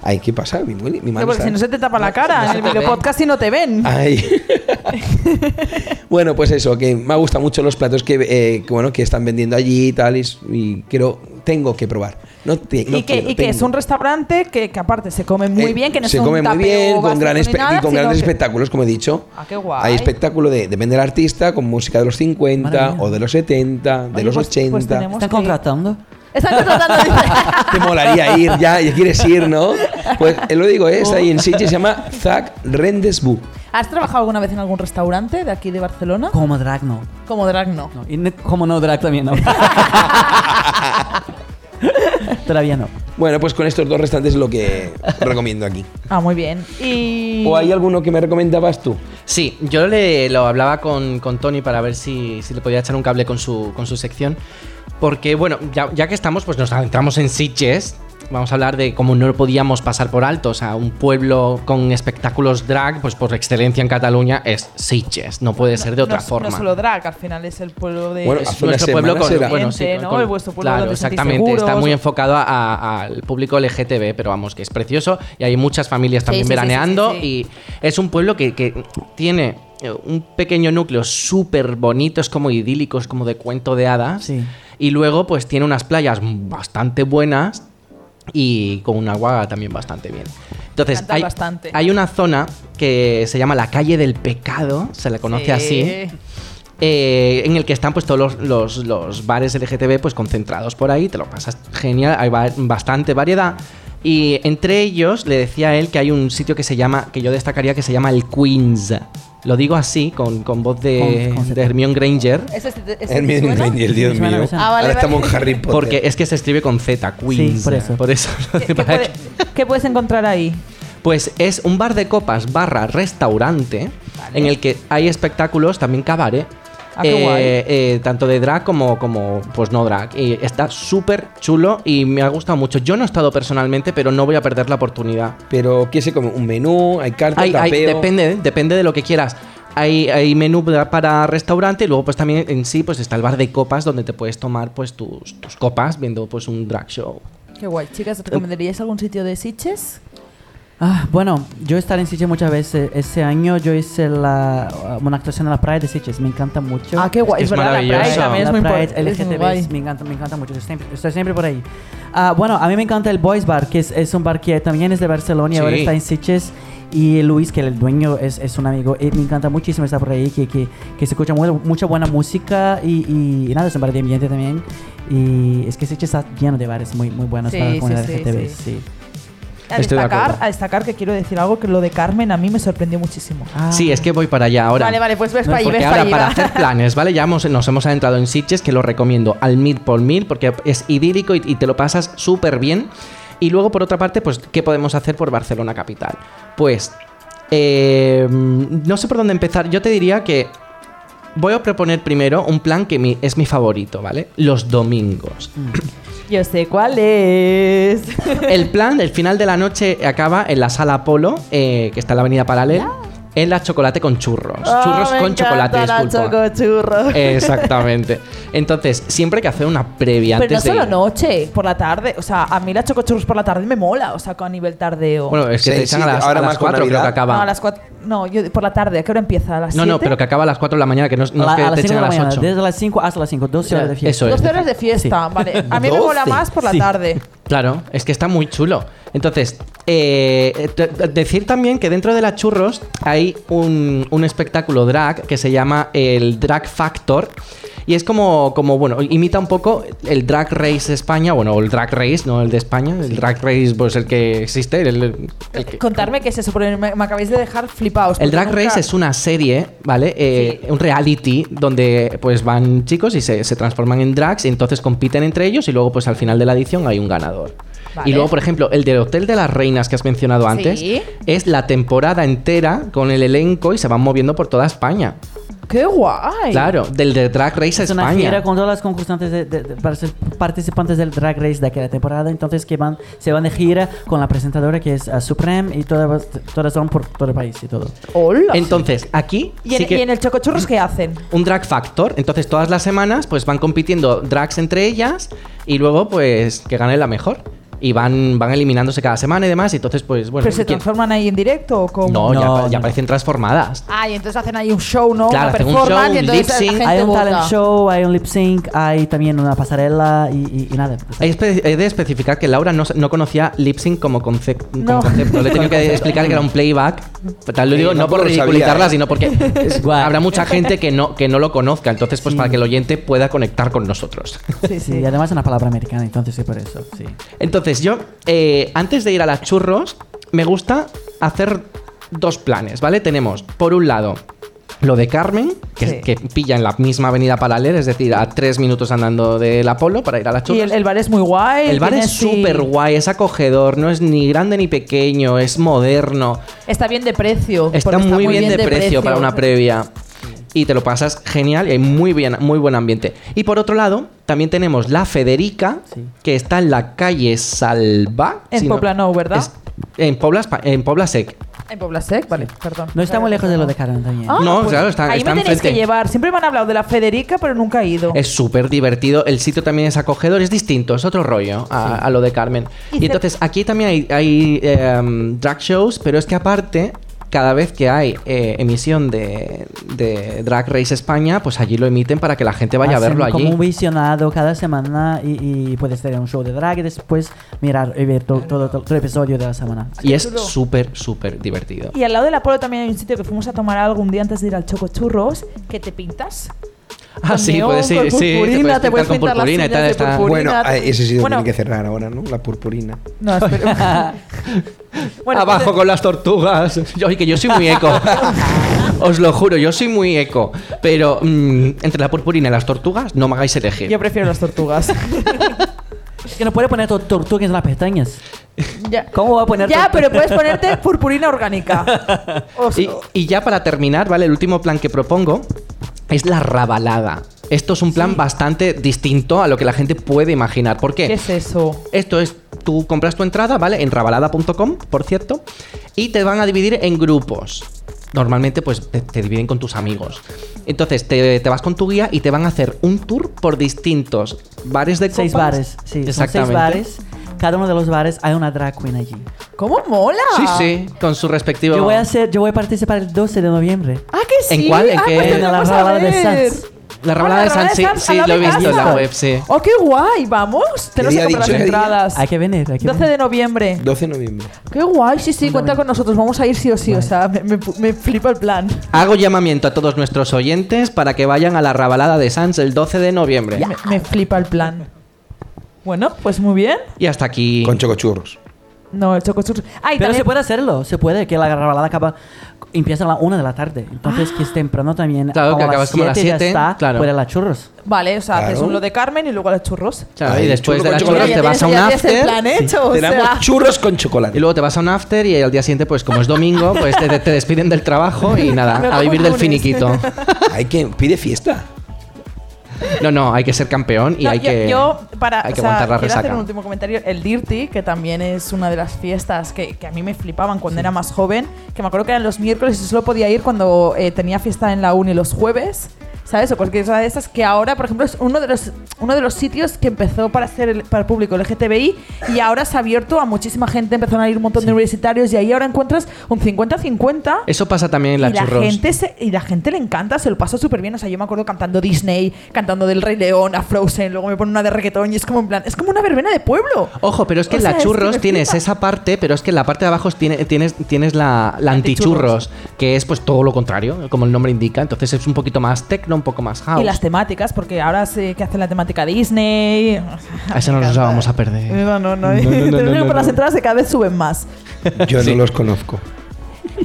[SPEAKER 4] Ay, ¿qué pasa? Mi, muli- mi mano
[SPEAKER 2] porque
[SPEAKER 4] está-
[SPEAKER 2] si no se te tapa la cara en el videopodcast y no te ven.
[SPEAKER 4] Ay. bueno, pues eso, que me gustan mucho los platos que, eh, que, bueno, que están vendiendo allí y tal, y, s- y quiero tengo que probar. No te, no
[SPEAKER 2] y que,
[SPEAKER 4] quiero,
[SPEAKER 2] y que es
[SPEAKER 4] tengo.
[SPEAKER 2] un restaurante que, que aparte se come muy
[SPEAKER 4] Eh,
[SPEAKER 2] bien, que no
[SPEAKER 4] se
[SPEAKER 2] es un
[SPEAKER 4] come muy
[SPEAKER 2] tapeo
[SPEAKER 4] bien, con,
[SPEAKER 2] básico
[SPEAKER 4] gran
[SPEAKER 2] ni
[SPEAKER 4] espe-
[SPEAKER 2] nada,
[SPEAKER 4] y con
[SPEAKER 2] sino
[SPEAKER 4] grandes
[SPEAKER 2] que-
[SPEAKER 4] espectáculos, como he dicho.
[SPEAKER 2] Ah, qué guay.
[SPEAKER 4] Hay espectáculo de, depende del artista, con música de los 50,
[SPEAKER 5] Maravilla.
[SPEAKER 4] o de los 70, de
[SPEAKER 2] Oye,
[SPEAKER 4] los
[SPEAKER 2] pues- pues
[SPEAKER 4] 80.
[SPEAKER 2] tenemos-
[SPEAKER 5] ¿Están contratando?
[SPEAKER 2] Están contratando, dice.
[SPEAKER 4] Te molaría ir ya, ya quieres ir, ¿no? Pues eh, lo digo, es ahí en Sitges, se llama Zach Rendezvous.
[SPEAKER 2] ¿Has trabajado alguna vez en algún restaurante de aquí de Barcelona?
[SPEAKER 5] Como drag, no.
[SPEAKER 2] Como drag no.
[SPEAKER 5] No, y ne- como no drag también, no. Todavía no.
[SPEAKER 4] Bueno, pues con estos dos restantes es lo que recomiendo aquí.
[SPEAKER 2] Ah, muy bien. Y...
[SPEAKER 4] ¿O hay alguno que me recomendabas tú?
[SPEAKER 3] Sí, yo le, lo hablaba con, con Tony para ver si, si le podía echar un cable con su, con su sección. Porque, bueno, ya, ya que estamos, pues nos adentramos en Sitges. Vamos a hablar de cómo no lo podíamos pasar por alto. O sea, un pueblo con espectáculos drag, pues por excelencia en Cataluña es Sitges. No puede ser de otra
[SPEAKER 2] no,
[SPEAKER 3] forma.
[SPEAKER 2] No solo drag, al final es el pueblo de...
[SPEAKER 4] Bueno, ah,
[SPEAKER 3] es
[SPEAKER 4] Hace unas
[SPEAKER 3] nuestro pueblo
[SPEAKER 4] semanas
[SPEAKER 3] con,
[SPEAKER 4] era-
[SPEAKER 3] bueno, sí,
[SPEAKER 2] Gente, ¿no? El vuestro pueblo
[SPEAKER 3] claro,
[SPEAKER 2] donde os sentís
[SPEAKER 3] exactamente está
[SPEAKER 2] seguros.
[SPEAKER 3] muy enfocado a- a- al público LGTB pero vamos que es precioso y hay muchas familias también
[SPEAKER 6] sí, sí, sí,
[SPEAKER 3] veraneando
[SPEAKER 6] sí,
[SPEAKER 3] y es un pueblo que, que tiene eh, un pequeño núcleo súper bonito es como idílico es como de cuento de hadas
[SPEAKER 5] Sí.
[SPEAKER 3] y luego pues tiene unas playas bastante buenas y con un agua también bastante bien. Entonces,
[SPEAKER 2] Cantan
[SPEAKER 3] hay,
[SPEAKER 2] bastante.
[SPEAKER 3] hay una zona que se llama la calle del pecado, se la conoce
[SPEAKER 2] Sí.
[SPEAKER 3] así, eh, en el que están pues todos los, los- los bares LGTB pues concentrados por ahí, te lo pasas genial, hay ba- bastante variedad. Y entre ellos le decía a él que hay un sitio que se llama, que yo destacaría que se llama el Queens. Lo digo así, con, con voz de,
[SPEAKER 5] Con- con-
[SPEAKER 3] de Hermione Granger.
[SPEAKER 2] ¿Ese es- este, ese es
[SPEAKER 4] El, mío,
[SPEAKER 2] bueno?
[SPEAKER 4] el Dios
[SPEAKER 5] Me suena,
[SPEAKER 4] mío.
[SPEAKER 5] me suena.
[SPEAKER 2] Ah, vale,
[SPEAKER 4] Ahora
[SPEAKER 2] vale.
[SPEAKER 4] estamos en Harry Potter.
[SPEAKER 3] Porque es que se escribe con Z, Queens.
[SPEAKER 5] por eso.
[SPEAKER 3] lo
[SPEAKER 2] ¿Qué, qué
[SPEAKER 3] para
[SPEAKER 2] puede-
[SPEAKER 3] que-
[SPEAKER 2] qué puedes encontrar ahí?
[SPEAKER 3] Pues es un bar de copas barra restaurante en el que hay espectáculos, también cabaret.
[SPEAKER 2] Ah, qué guay.
[SPEAKER 3] eh, tanto de drag como, como pues no drag. Y está súper chulo y me ha gustado mucho. Yo no he estado personalmente, pero no voy a perder la oportunidad.
[SPEAKER 4] Pero ¿qué se come? ¿Un menú? ¿Hay carta?
[SPEAKER 3] Hay- hay-
[SPEAKER 4] tapeo?
[SPEAKER 3] depende, ¿eh? depende de lo que quieras. Hay, hay menú da- para restaurante y luego pues también en sí pues está el bar de copas donde te puedes tomar pues tus, tus copas viendo pues un drag show.
[SPEAKER 2] Qué guay. Chicas, ¿recomendaríais algún sitio de Sitges?
[SPEAKER 5] Ah, bueno, yo estar en Sitges muchas veces. eh, Ese año yo hice la, una actuación en la playa de Sitges. Me encanta mucho.
[SPEAKER 2] Ah, qué guay.
[SPEAKER 3] es
[SPEAKER 2] Es, verdad, la
[SPEAKER 3] maravilloso.
[SPEAKER 2] Pride también es
[SPEAKER 5] La
[SPEAKER 2] muy
[SPEAKER 5] Pride,
[SPEAKER 2] importante. es muy
[SPEAKER 5] LGTB,
[SPEAKER 2] guay.
[SPEAKER 5] me encanta, me encanta mucho. Yo siempre- estoy siempre por ahí. Ah, bueno, a mí me encanta el Boys Bar, que es, es un bar que también es de Barcelona y
[SPEAKER 3] Sí.
[SPEAKER 5] ahora está en Sitges. Y Luis, que el dueño es, es un amigo, y me encanta muchísimo estar por ahí, que, que, que se escucha muy- mucha buena música y, y, nada, es un bar de ambiente también. Y es que Sitges está lleno de bares muy, muy buenos
[SPEAKER 2] Sí,
[SPEAKER 5] para la comunidad
[SPEAKER 2] sí, sí,
[SPEAKER 5] LGTB.
[SPEAKER 2] sí.
[SPEAKER 5] sí.
[SPEAKER 2] A
[SPEAKER 3] Estoy de
[SPEAKER 2] destacar,
[SPEAKER 3] acuerdo.
[SPEAKER 2] a destacar que quiero decir algo que lo de Carmen a mí me sorprendió muchísimo.
[SPEAKER 5] Ah,
[SPEAKER 3] Sí, es que voy para allá ahora.
[SPEAKER 2] Vale, vale, pues ves para allí,
[SPEAKER 3] Porque
[SPEAKER 2] ves
[SPEAKER 3] ahora,
[SPEAKER 2] para allí,
[SPEAKER 3] para
[SPEAKER 2] va.
[SPEAKER 3] hacer planes, ¿vale? Ya hemos- nos hemos adentrado en Sitges, que lo recomiendo al mil por mil, porque es idílico y, y te lo pasas súper bien. Y luego, por otra parte, pues, ¿qué podemos hacer por Barcelona Capital? Pues, eh, no sé por dónde empezar. Yo te diría que voy a proponer primero un plan que mi- es mi favorito, ¿vale? Los domingos.
[SPEAKER 2] Yo sé cuál es.
[SPEAKER 3] El plan, el final de la noche acaba en la sala Polo, eh, que está en la avenida Paralela, en la chocolate con churros.
[SPEAKER 2] Oh,
[SPEAKER 3] churros con chocolate, disculpa. Eh,
[SPEAKER 2] Chocochurro.
[SPEAKER 3] Exactamente. Entonces, siempre hay que hacer una previa
[SPEAKER 2] Pero no
[SPEAKER 3] antes de.
[SPEAKER 2] solo
[SPEAKER 3] ir.
[SPEAKER 2] noche, por la tarde. O sea, a mí la chocochurros por la tarde me mola. O sea, con nivel tardeo.
[SPEAKER 3] Bueno, es que
[SPEAKER 4] Sí,
[SPEAKER 3] te echan
[SPEAKER 4] sí,
[SPEAKER 3] a las,
[SPEAKER 4] ahora
[SPEAKER 3] a las
[SPEAKER 4] más con
[SPEAKER 3] cuatro, creo que
[SPEAKER 4] Navidad.
[SPEAKER 3] acaba.
[SPEAKER 2] no, a las cuatro. No, yo por la tarde. ¿A qué hora empieza? ¿A las
[SPEAKER 3] no, no,
[SPEAKER 2] siete?
[SPEAKER 3] pero que acaba a las 4 de la mañana, que no, no
[SPEAKER 5] a la-
[SPEAKER 3] es que
[SPEAKER 5] a las
[SPEAKER 3] te
[SPEAKER 5] cinco
[SPEAKER 3] echen
[SPEAKER 5] de
[SPEAKER 3] a
[SPEAKER 5] la
[SPEAKER 3] las
[SPEAKER 5] mañana,
[SPEAKER 3] 8.
[SPEAKER 5] desde las 5 hasta las 5, 12 horas de fiesta.
[SPEAKER 3] Eso es.
[SPEAKER 2] 12 horas de fiesta, vale. A mí me mola
[SPEAKER 4] Doce.
[SPEAKER 2] más por la
[SPEAKER 5] Sí.
[SPEAKER 2] tarde.
[SPEAKER 3] Claro, es que está muy chulo. Entonces, eh, eh, te- te- decir también que dentro de las churros hay un, un espectáculo drag que se llama el Drag Factor. Y es como, como, bueno, imita un poco el Drag Race España, bueno, o el Drag Race, no el de España, el Drag Race, pues el que existe, el, el- el que,
[SPEAKER 2] Eh, Contarme qué es eso, porque me, me acabáis de dejar flipados.
[SPEAKER 3] El Drag Race es una serie, ¿vale? Eh, Un reality donde pues van chicos y se, se transforman en drags y entonces compiten entre ellos y luego pues al final de la edición hay un ganador.
[SPEAKER 2] Vale.
[SPEAKER 3] Y luego, por ejemplo, el del Hotel de las Reinas que has mencionado antes
[SPEAKER 2] Sí.
[SPEAKER 3] es la temporada entera con el elenco y se van moviendo por toda España.
[SPEAKER 2] ¡Qué guay!
[SPEAKER 3] Claro, del de Drag Race
[SPEAKER 5] Es una
[SPEAKER 3] España.
[SPEAKER 5] fiera con todas las concursantes de, de- de- para ser participantes del Drag Race de aquella temporada, entonces que van, se van de gira con la presentadora que es ah, Supreme y todas, todas son por todo el país y todo.
[SPEAKER 2] ¡Hola!
[SPEAKER 3] Entonces, aquí
[SPEAKER 2] ¿Y, en,
[SPEAKER 3] sí que-
[SPEAKER 2] y en el chocochurros qué hacen?
[SPEAKER 3] un drag factor. Entonces todas las semanas pues van compitiendo drags entre ellas y luego pues que gane la mejor. Y y van, van eliminándose cada semana y demás. Y entonces, pues bueno.
[SPEAKER 2] ¿Pero se
[SPEAKER 3] ¿quién-
[SPEAKER 2] transforman ahí en directo o cómo?
[SPEAKER 3] No, ya,
[SPEAKER 5] No,
[SPEAKER 3] ya
[SPEAKER 5] no.
[SPEAKER 3] aparecen transformadas.
[SPEAKER 2] Ah, y entonces hacen ahí un show, ¿no?
[SPEAKER 3] Claro,
[SPEAKER 2] Una
[SPEAKER 3] hacen un
[SPEAKER 2] performance
[SPEAKER 3] show,
[SPEAKER 2] y
[SPEAKER 3] un
[SPEAKER 2] entonces
[SPEAKER 3] lip
[SPEAKER 2] la
[SPEAKER 3] sync.
[SPEAKER 2] gente
[SPEAKER 5] Hay un
[SPEAKER 2] vota.
[SPEAKER 5] talent show, hay un lip sync, hay también una pasarela y, y- y nada.
[SPEAKER 3] He espe- he de especificar que Laura no, s- no conocía lip sync como, concep- como
[SPEAKER 2] No.
[SPEAKER 3] concepto. Le he tenido que explicar que era un playback. Tal lo
[SPEAKER 4] Sí,
[SPEAKER 3] digo, no
[SPEAKER 4] tampoco
[SPEAKER 3] por
[SPEAKER 4] lo sabía,
[SPEAKER 3] ridiculizarla,
[SPEAKER 4] ¿eh?
[SPEAKER 3] sino porque
[SPEAKER 5] guay.
[SPEAKER 3] habrá mucha gente que no, que no lo conozca. Entonces, pues
[SPEAKER 5] Sí.
[SPEAKER 3] para que el oyente pueda conectar con nosotros.
[SPEAKER 2] Sí,
[SPEAKER 5] Sí,
[SPEAKER 2] sí.
[SPEAKER 5] y además es una palabra americana, entonces sí, por eso. Sí.
[SPEAKER 3] Entonces, yo, eh, antes de ir a las churros, me gusta hacer dos planes, ¿vale? Tenemos, por un lado, lo de Carmen, que,
[SPEAKER 2] Sí.
[SPEAKER 3] que pilla en la misma avenida paralela, es decir, a tres minutos andando del Apolo para ir a las
[SPEAKER 2] Y
[SPEAKER 3] churros.
[SPEAKER 2] el, el bar es muy guay.
[SPEAKER 3] El bar
[SPEAKER 2] tiene
[SPEAKER 3] es
[SPEAKER 2] así-
[SPEAKER 3] súper guay, es acogedor, no es ni grande ni pequeño, es moderno.
[SPEAKER 2] Está bien de precio.
[SPEAKER 3] Está,
[SPEAKER 2] porque
[SPEAKER 3] muy, bien, de, precio, para una previa. Y te lo pasas genial y hay muy, bien, muy buen ambiente. Y por otro lado, también tenemos la Federica,
[SPEAKER 5] Sí.
[SPEAKER 3] que está en la calle Salva.
[SPEAKER 2] En
[SPEAKER 3] no-
[SPEAKER 2] Pobla no, ¿verdad?
[SPEAKER 3] en, Pobla, Espa- en Pobla Sec.
[SPEAKER 2] En Poblasec, vale, perdón.
[SPEAKER 5] No está muy lejos de lo de Karen también.
[SPEAKER 2] Ah,
[SPEAKER 3] No, claro, está-
[SPEAKER 2] Ahí
[SPEAKER 3] está
[SPEAKER 2] me tenéis que
[SPEAKER 3] enfrente.
[SPEAKER 2] llevar. Siempre me han hablado de la Federica, pero nunca he ido.
[SPEAKER 3] Es súper divertido. El sitio también es acogedor, es distinto, es otro rollo a, a lo de Carmen.
[SPEAKER 2] Y
[SPEAKER 3] Y,
[SPEAKER 2] se-
[SPEAKER 3] entonces aquí también hay, hay, em, drag shows, pero es que aparte, cada vez que hay eh, emisión de, de Drag Race España, pues allí lo emiten para que la gente vaya
[SPEAKER 5] Hacen
[SPEAKER 3] a verlo allí.
[SPEAKER 5] Como un visionado cada semana y, y puedes tener un show de drag y después mirar y ver to- todo, todo el episodio de la semana.
[SPEAKER 3] Y es súper, súper divertido.
[SPEAKER 2] Y al lado del Apolo también hay un sitio que fuimos a tomar algo un día antes de ir al Choco Churros, que te pintas.
[SPEAKER 3] Ah,
[SPEAKER 2] con
[SPEAKER 3] sí,
[SPEAKER 2] neón,
[SPEAKER 3] puedes ir,
[SPEAKER 2] con
[SPEAKER 3] sí, te
[SPEAKER 2] purpurina,
[SPEAKER 3] puedes
[SPEAKER 2] te puedes
[SPEAKER 3] pintar con
[SPEAKER 2] pintar las uñas
[SPEAKER 3] purpurina y tal.
[SPEAKER 2] de
[SPEAKER 3] está-
[SPEAKER 2] purpurina.
[SPEAKER 4] Bueno,
[SPEAKER 2] Purpurina.
[SPEAKER 4] ah, ese sitio
[SPEAKER 2] Bueno.
[SPEAKER 4] tiene que cerrar ahora, ¿no? La purpurina.
[SPEAKER 2] No, espera. Bueno,
[SPEAKER 3] Abajo
[SPEAKER 2] entonces-
[SPEAKER 3] con las tortugas. Yo, que yo soy muy eco. Os lo juro, yo soy muy eco. Pero mm, entre la purpurina y las tortugas, no me hagáis elegir.
[SPEAKER 2] Yo prefiero las tortugas.
[SPEAKER 5] Es que no puede poner to- tortugas en las pestañas.
[SPEAKER 2] Ya.
[SPEAKER 5] ¿Cómo va a poner
[SPEAKER 2] Ya,
[SPEAKER 5] tortugas?
[SPEAKER 2] pero puedes ponerte purpurina orgánica. O sea,
[SPEAKER 3] Y, eh, y ya para terminar, ¿vale? El último plan que propongo es la rabalada. Esto es un plan bastante distinto a lo que la gente puede imaginar. ¿Por qué?
[SPEAKER 2] ¿Qué es eso?
[SPEAKER 3] Esto es, tú compras tu entrada, ¿vale? En rabalada.com, por cierto, y te van a dividir en grupos. Normalmente, pues te, te dividen con tus amigos. Entonces, te, te vas con tu guía y te van a hacer un tour por distintos bares de copas.
[SPEAKER 5] Seis bares, sí. Son seis
[SPEAKER 3] Exactamente.
[SPEAKER 5] bares. Cada uno de los bares hay una drag queen allí.
[SPEAKER 2] ¿Cómo mola?
[SPEAKER 3] Sí, sí, con su respectivo.
[SPEAKER 5] Yo voy a hacer, yo voy a participar el 12 de noviembre.
[SPEAKER 2] ¿Ah, que sí?
[SPEAKER 3] ¿En cuál? ¿En
[SPEAKER 2] Ah,
[SPEAKER 3] qué?
[SPEAKER 2] pues
[SPEAKER 3] En la
[SPEAKER 2] tenemos a
[SPEAKER 5] Rábala de
[SPEAKER 2] ver.
[SPEAKER 5] Sanz.
[SPEAKER 3] La
[SPEAKER 2] Ah,
[SPEAKER 3] rabalada de San, sí,
[SPEAKER 2] Sanz, al
[SPEAKER 3] sí,
[SPEAKER 2] lado
[SPEAKER 3] lo he
[SPEAKER 2] de
[SPEAKER 3] visto en la
[SPEAKER 2] casa.
[SPEAKER 3] web, sí.
[SPEAKER 2] ¡Oh, qué guay! ¿Vamos? Tenemos que comprar
[SPEAKER 4] día dicho?
[SPEAKER 2] las
[SPEAKER 4] ¿Qué día?
[SPEAKER 2] entradas.
[SPEAKER 5] Hay que venir, hay que
[SPEAKER 2] 12
[SPEAKER 5] venir.
[SPEAKER 2] de noviembre.
[SPEAKER 4] 12 de noviembre.
[SPEAKER 2] ¡Qué guay! Sí, sí, cuenta con nosotros. Vamos a ir sí o sí. O sea, me, me- me flipa el plan.
[SPEAKER 3] Hago llamamiento a todos nuestros oyentes para que vayan a la rabalada de Sans el 12 de noviembre.
[SPEAKER 2] Me, me flipa el plan. Bueno, pues muy bien.
[SPEAKER 3] Y hasta aquí.
[SPEAKER 4] Con chocochurros.
[SPEAKER 2] No, el choco churros. Ah, y
[SPEAKER 5] Pero
[SPEAKER 2] también-
[SPEAKER 5] se puede hacerlo, se puede, que la garrabalada acaba, empieza a la 1 de la tarde. Entonces,
[SPEAKER 2] Ah.
[SPEAKER 5] que es temprano también.
[SPEAKER 3] Claro, que
[SPEAKER 5] a las
[SPEAKER 3] acabas como a las
[SPEAKER 5] siete ya
[SPEAKER 3] siete,
[SPEAKER 5] está,
[SPEAKER 3] claro.
[SPEAKER 5] fuera las churros.
[SPEAKER 2] Vale, o sea, haces
[SPEAKER 4] Claro.
[SPEAKER 2] uno de Carmen y luego a los churros.
[SPEAKER 3] Claro,
[SPEAKER 4] Ay,
[SPEAKER 3] y después
[SPEAKER 4] chulo
[SPEAKER 3] de
[SPEAKER 4] con
[SPEAKER 3] las
[SPEAKER 4] chocolate.
[SPEAKER 3] churros
[SPEAKER 2] Ya
[SPEAKER 3] te
[SPEAKER 2] tienes-
[SPEAKER 3] vas a un
[SPEAKER 2] ya tienes el
[SPEAKER 3] after.
[SPEAKER 2] plan hecho, o
[SPEAKER 4] Te
[SPEAKER 2] sea.
[SPEAKER 4] damos churros con
[SPEAKER 3] Y
[SPEAKER 4] chocolate.
[SPEAKER 3] luego te vas a un after y al día siguiente, pues como es domingo, pues te, te despiden del trabajo y
[SPEAKER 2] Me
[SPEAKER 3] nada, a
[SPEAKER 2] como
[SPEAKER 3] vivir
[SPEAKER 2] el
[SPEAKER 3] del
[SPEAKER 2] lunes.
[SPEAKER 3] finiquito.
[SPEAKER 4] Hay que pide fiesta.
[SPEAKER 3] No, no, hay que ser campeón y
[SPEAKER 2] No,
[SPEAKER 3] hay
[SPEAKER 2] yo,
[SPEAKER 3] que,
[SPEAKER 2] yo, para,
[SPEAKER 3] hay que
[SPEAKER 2] o sea,
[SPEAKER 3] aguantar la
[SPEAKER 2] quiero hacer
[SPEAKER 3] resaca.
[SPEAKER 2] un último comentario. El Dirty, que también es una de las fiestas que, que a mí me flipaban cuando era más joven, que me acuerdo que eran los miércoles y solo podía ir cuando eh, tenía fiesta en la uni los jueves, ¿sabes? O cualquier cosa de esas, que ahora, por ejemplo, es uno de los, uno de los sitios que empezó para ser el- para el público LGTBI y ahora se ha abierto a muchísima gente, empezaron a ir un montón de universitarios y ahí ahora encuentras un 50-50
[SPEAKER 3] Eso pasa también en las
[SPEAKER 2] y la
[SPEAKER 3] churros.
[SPEAKER 2] gente se- y la gente le encanta, se lo pasa súper bien. O sea, yo me acuerdo cantando Disney, cantando del Rey León, a Frozen, luego me ponen una de reggaetón y es como en plan, es como una verbena de pueblo.
[SPEAKER 3] Ojo, pero es que
[SPEAKER 2] O
[SPEAKER 3] en
[SPEAKER 2] sea,
[SPEAKER 3] la churros
[SPEAKER 2] me
[SPEAKER 3] tienes
[SPEAKER 2] flipa.
[SPEAKER 3] esa parte, pero es que en la parte de abajo tiene- tienes, tienes la, la
[SPEAKER 2] Antichurros.
[SPEAKER 3] antichurros, que es pues todo lo contrario, como el nombre indica. Entonces es un poquito más techno, un poco más house.
[SPEAKER 2] Y las temáticas, porque ahora sé que hacen la temática Disney.
[SPEAKER 3] A esa no nos la vamos a perder.
[SPEAKER 2] No, no, no.
[SPEAKER 3] No, no, no,
[SPEAKER 2] Te lo
[SPEAKER 3] no,
[SPEAKER 2] digo
[SPEAKER 3] no,
[SPEAKER 2] por las
[SPEAKER 3] no.
[SPEAKER 2] entradas que cada vez suben más.
[SPEAKER 4] Yo no los conozco.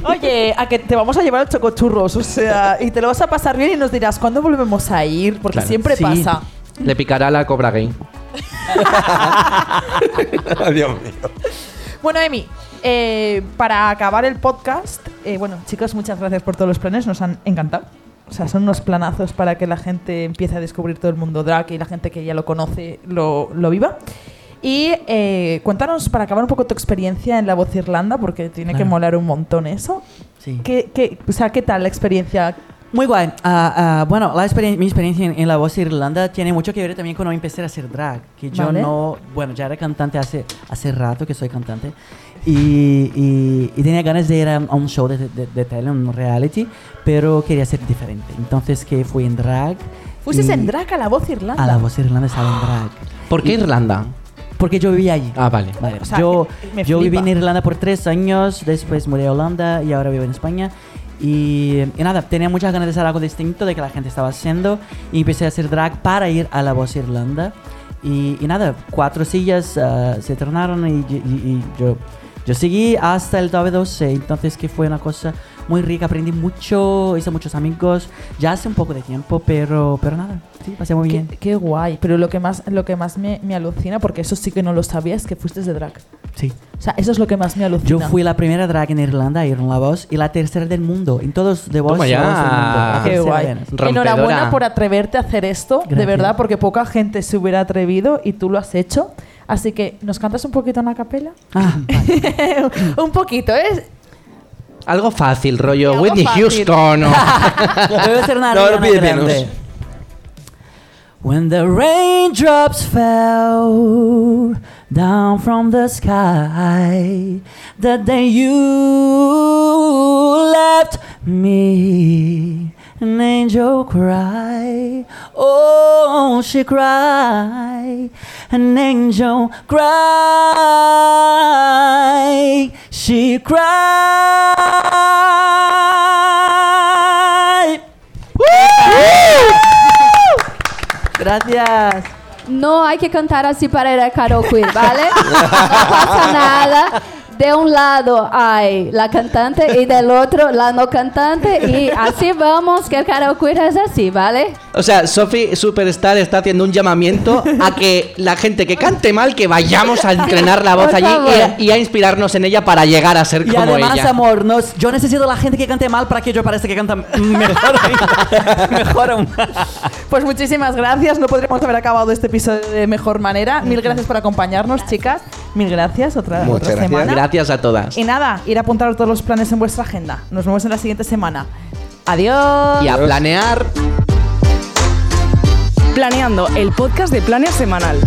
[SPEAKER 2] Oye, a que te vamos a llevar al chocochurros, o sea, y te lo vas a pasar bien y nos dirás cuándo volvemos a ir, porque
[SPEAKER 3] Claro.
[SPEAKER 2] siempre
[SPEAKER 5] Sí.
[SPEAKER 2] pasa.
[SPEAKER 3] Le picará la cobra gay.
[SPEAKER 4] Dios mío.
[SPEAKER 2] Bueno, Emi, eh, para acabar el podcast, eh, bueno, chicos, muchas gracias por todos los planes, nos han encantado. O sea, son unos planazos para que la gente empiece a descubrir todo el mundo drag y la gente que ya lo conoce lo, lo viva. Y eh, cuéntanos, para acabar un poco tu experiencia en La Voz Irlanda, porque tiene que
[SPEAKER 5] Claro.
[SPEAKER 2] molar un montón eso.
[SPEAKER 5] Sí.
[SPEAKER 2] ¿Qué, qué- o sea, ¿qué tal la experiencia?
[SPEAKER 5] Muy guay. Ah, ah, bueno, la experien- mi experiencia en, en La Voz Irlanda tiene mucho que ver también cuando empecé a hacer drag. Que yo
[SPEAKER 2] Vale.
[SPEAKER 5] no. Bueno, ya era cantante hace, hace rato que soy cantante. Y, y- y tenía ganas de ir a, a un show de, de, de tele, un reality, pero quería ser diferente. Entonces que fui en drag.
[SPEAKER 2] Fuiste
[SPEAKER 5] y-
[SPEAKER 2] en drag a la voz irlanda.
[SPEAKER 5] A La Voz Irlanda estaba en drag.
[SPEAKER 3] ¿Por qué
[SPEAKER 5] Y-
[SPEAKER 3] Irlanda?
[SPEAKER 5] Porque yo vivía allí.
[SPEAKER 3] Ah, vale.
[SPEAKER 5] Vale,
[SPEAKER 2] O sea, eh,
[SPEAKER 5] yo
[SPEAKER 2] me
[SPEAKER 5] yo viví
[SPEAKER 2] flipa.
[SPEAKER 5] en Irlanda por tres años, después mudé a Holanda y ahora vivo en España. Y, y nada, tenía muchas ganas de hacer algo distinto de que la gente estaba haciendo y empecé a hacer drag para ir a la voz Irlanda. Y, y nada, cuatro sillas ah, se tornaron y, y- y- y yo, yo seguí hasta el w 12 entonces que fue una cosa muy rica, aprendí mucho, hice muchos amigos, ya hace un poco de tiempo, pero, pero nada, sí, pasé muy
[SPEAKER 2] Qué,
[SPEAKER 5] bien.
[SPEAKER 2] qué guay, pero lo que más, lo que más me, me alucina, porque eso sí que no lo sabía, es que fuiste de drag.
[SPEAKER 5] Sí.
[SPEAKER 2] O sea, eso es lo que más me alucina.
[SPEAKER 5] Yo fui la primera drag en Irlanda, Iron La Voz, y la tercera del mundo, en todos de voz.
[SPEAKER 3] Toma ya.
[SPEAKER 5] Voz del
[SPEAKER 2] Qué
[SPEAKER 5] mundo, Ah, la tercera
[SPEAKER 2] guay.
[SPEAKER 5] apenas.
[SPEAKER 3] Rompedora.
[SPEAKER 2] Enhorabuena por atreverte a hacer esto, de
[SPEAKER 5] Gracias.
[SPEAKER 2] verdad, porque poca gente se hubiera atrevido y tú lo has hecho. Así que, ¿nos cantas un poquito una capela?
[SPEAKER 5] Ah, vale.
[SPEAKER 2] un poquito, ¿eh?
[SPEAKER 3] Algo fácil, rollo
[SPEAKER 2] Algo
[SPEAKER 3] Whitney
[SPEAKER 2] fácil.
[SPEAKER 3] Houston. o-
[SPEAKER 5] Voy a hacer Ah. una
[SPEAKER 4] No, no
[SPEAKER 5] Ariana
[SPEAKER 4] pide
[SPEAKER 5] Grande.
[SPEAKER 4] menos.
[SPEAKER 5] When the raindrops fell down from the sky, the day you left me, an angel cry. Oh, she cried, an angel cry. She cried. Gracias.
[SPEAKER 6] No hay que cantar así para ir a karaoke, ¿vale? No pasa nada. De un lado hay la cantante y del otro la no cantante y así vamos, que el karaoke es así, ¿vale?
[SPEAKER 3] O sea, Sophie Superstar está haciendo un llamamiento a que la gente que cante mal, que vayamos a entrenar la voz
[SPEAKER 6] Por
[SPEAKER 3] allí
[SPEAKER 6] favor.
[SPEAKER 3] y a- y a, inspirarnos en ella para llegar a ser
[SPEAKER 5] Y
[SPEAKER 3] como
[SPEAKER 5] además,
[SPEAKER 3] ella.
[SPEAKER 5] amor, nos- yo necesito la gente que cante mal para que yo parezca que canta mejor. aún. mejor aún.
[SPEAKER 2] Pues muchísimas gracias. No podremos haber acabado este episodio de mejor manera. Mil gracias por acompañarnos, chicas. Mil gracias otra,
[SPEAKER 4] Muchas
[SPEAKER 2] otra
[SPEAKER 4] gracias.
[SPEAKER 2] semana.
[SPEAKER 3] Gracias a todas.
[SPEAKER 2] Y nada, ir a apuntar todos los planes en vuestra agenda. Nos vemos en la siguiente semana. Adiós.
[SPEAKER 3] Y a planear.
[SPEAKER 1] Planeando, el podcast de Planes Semanal.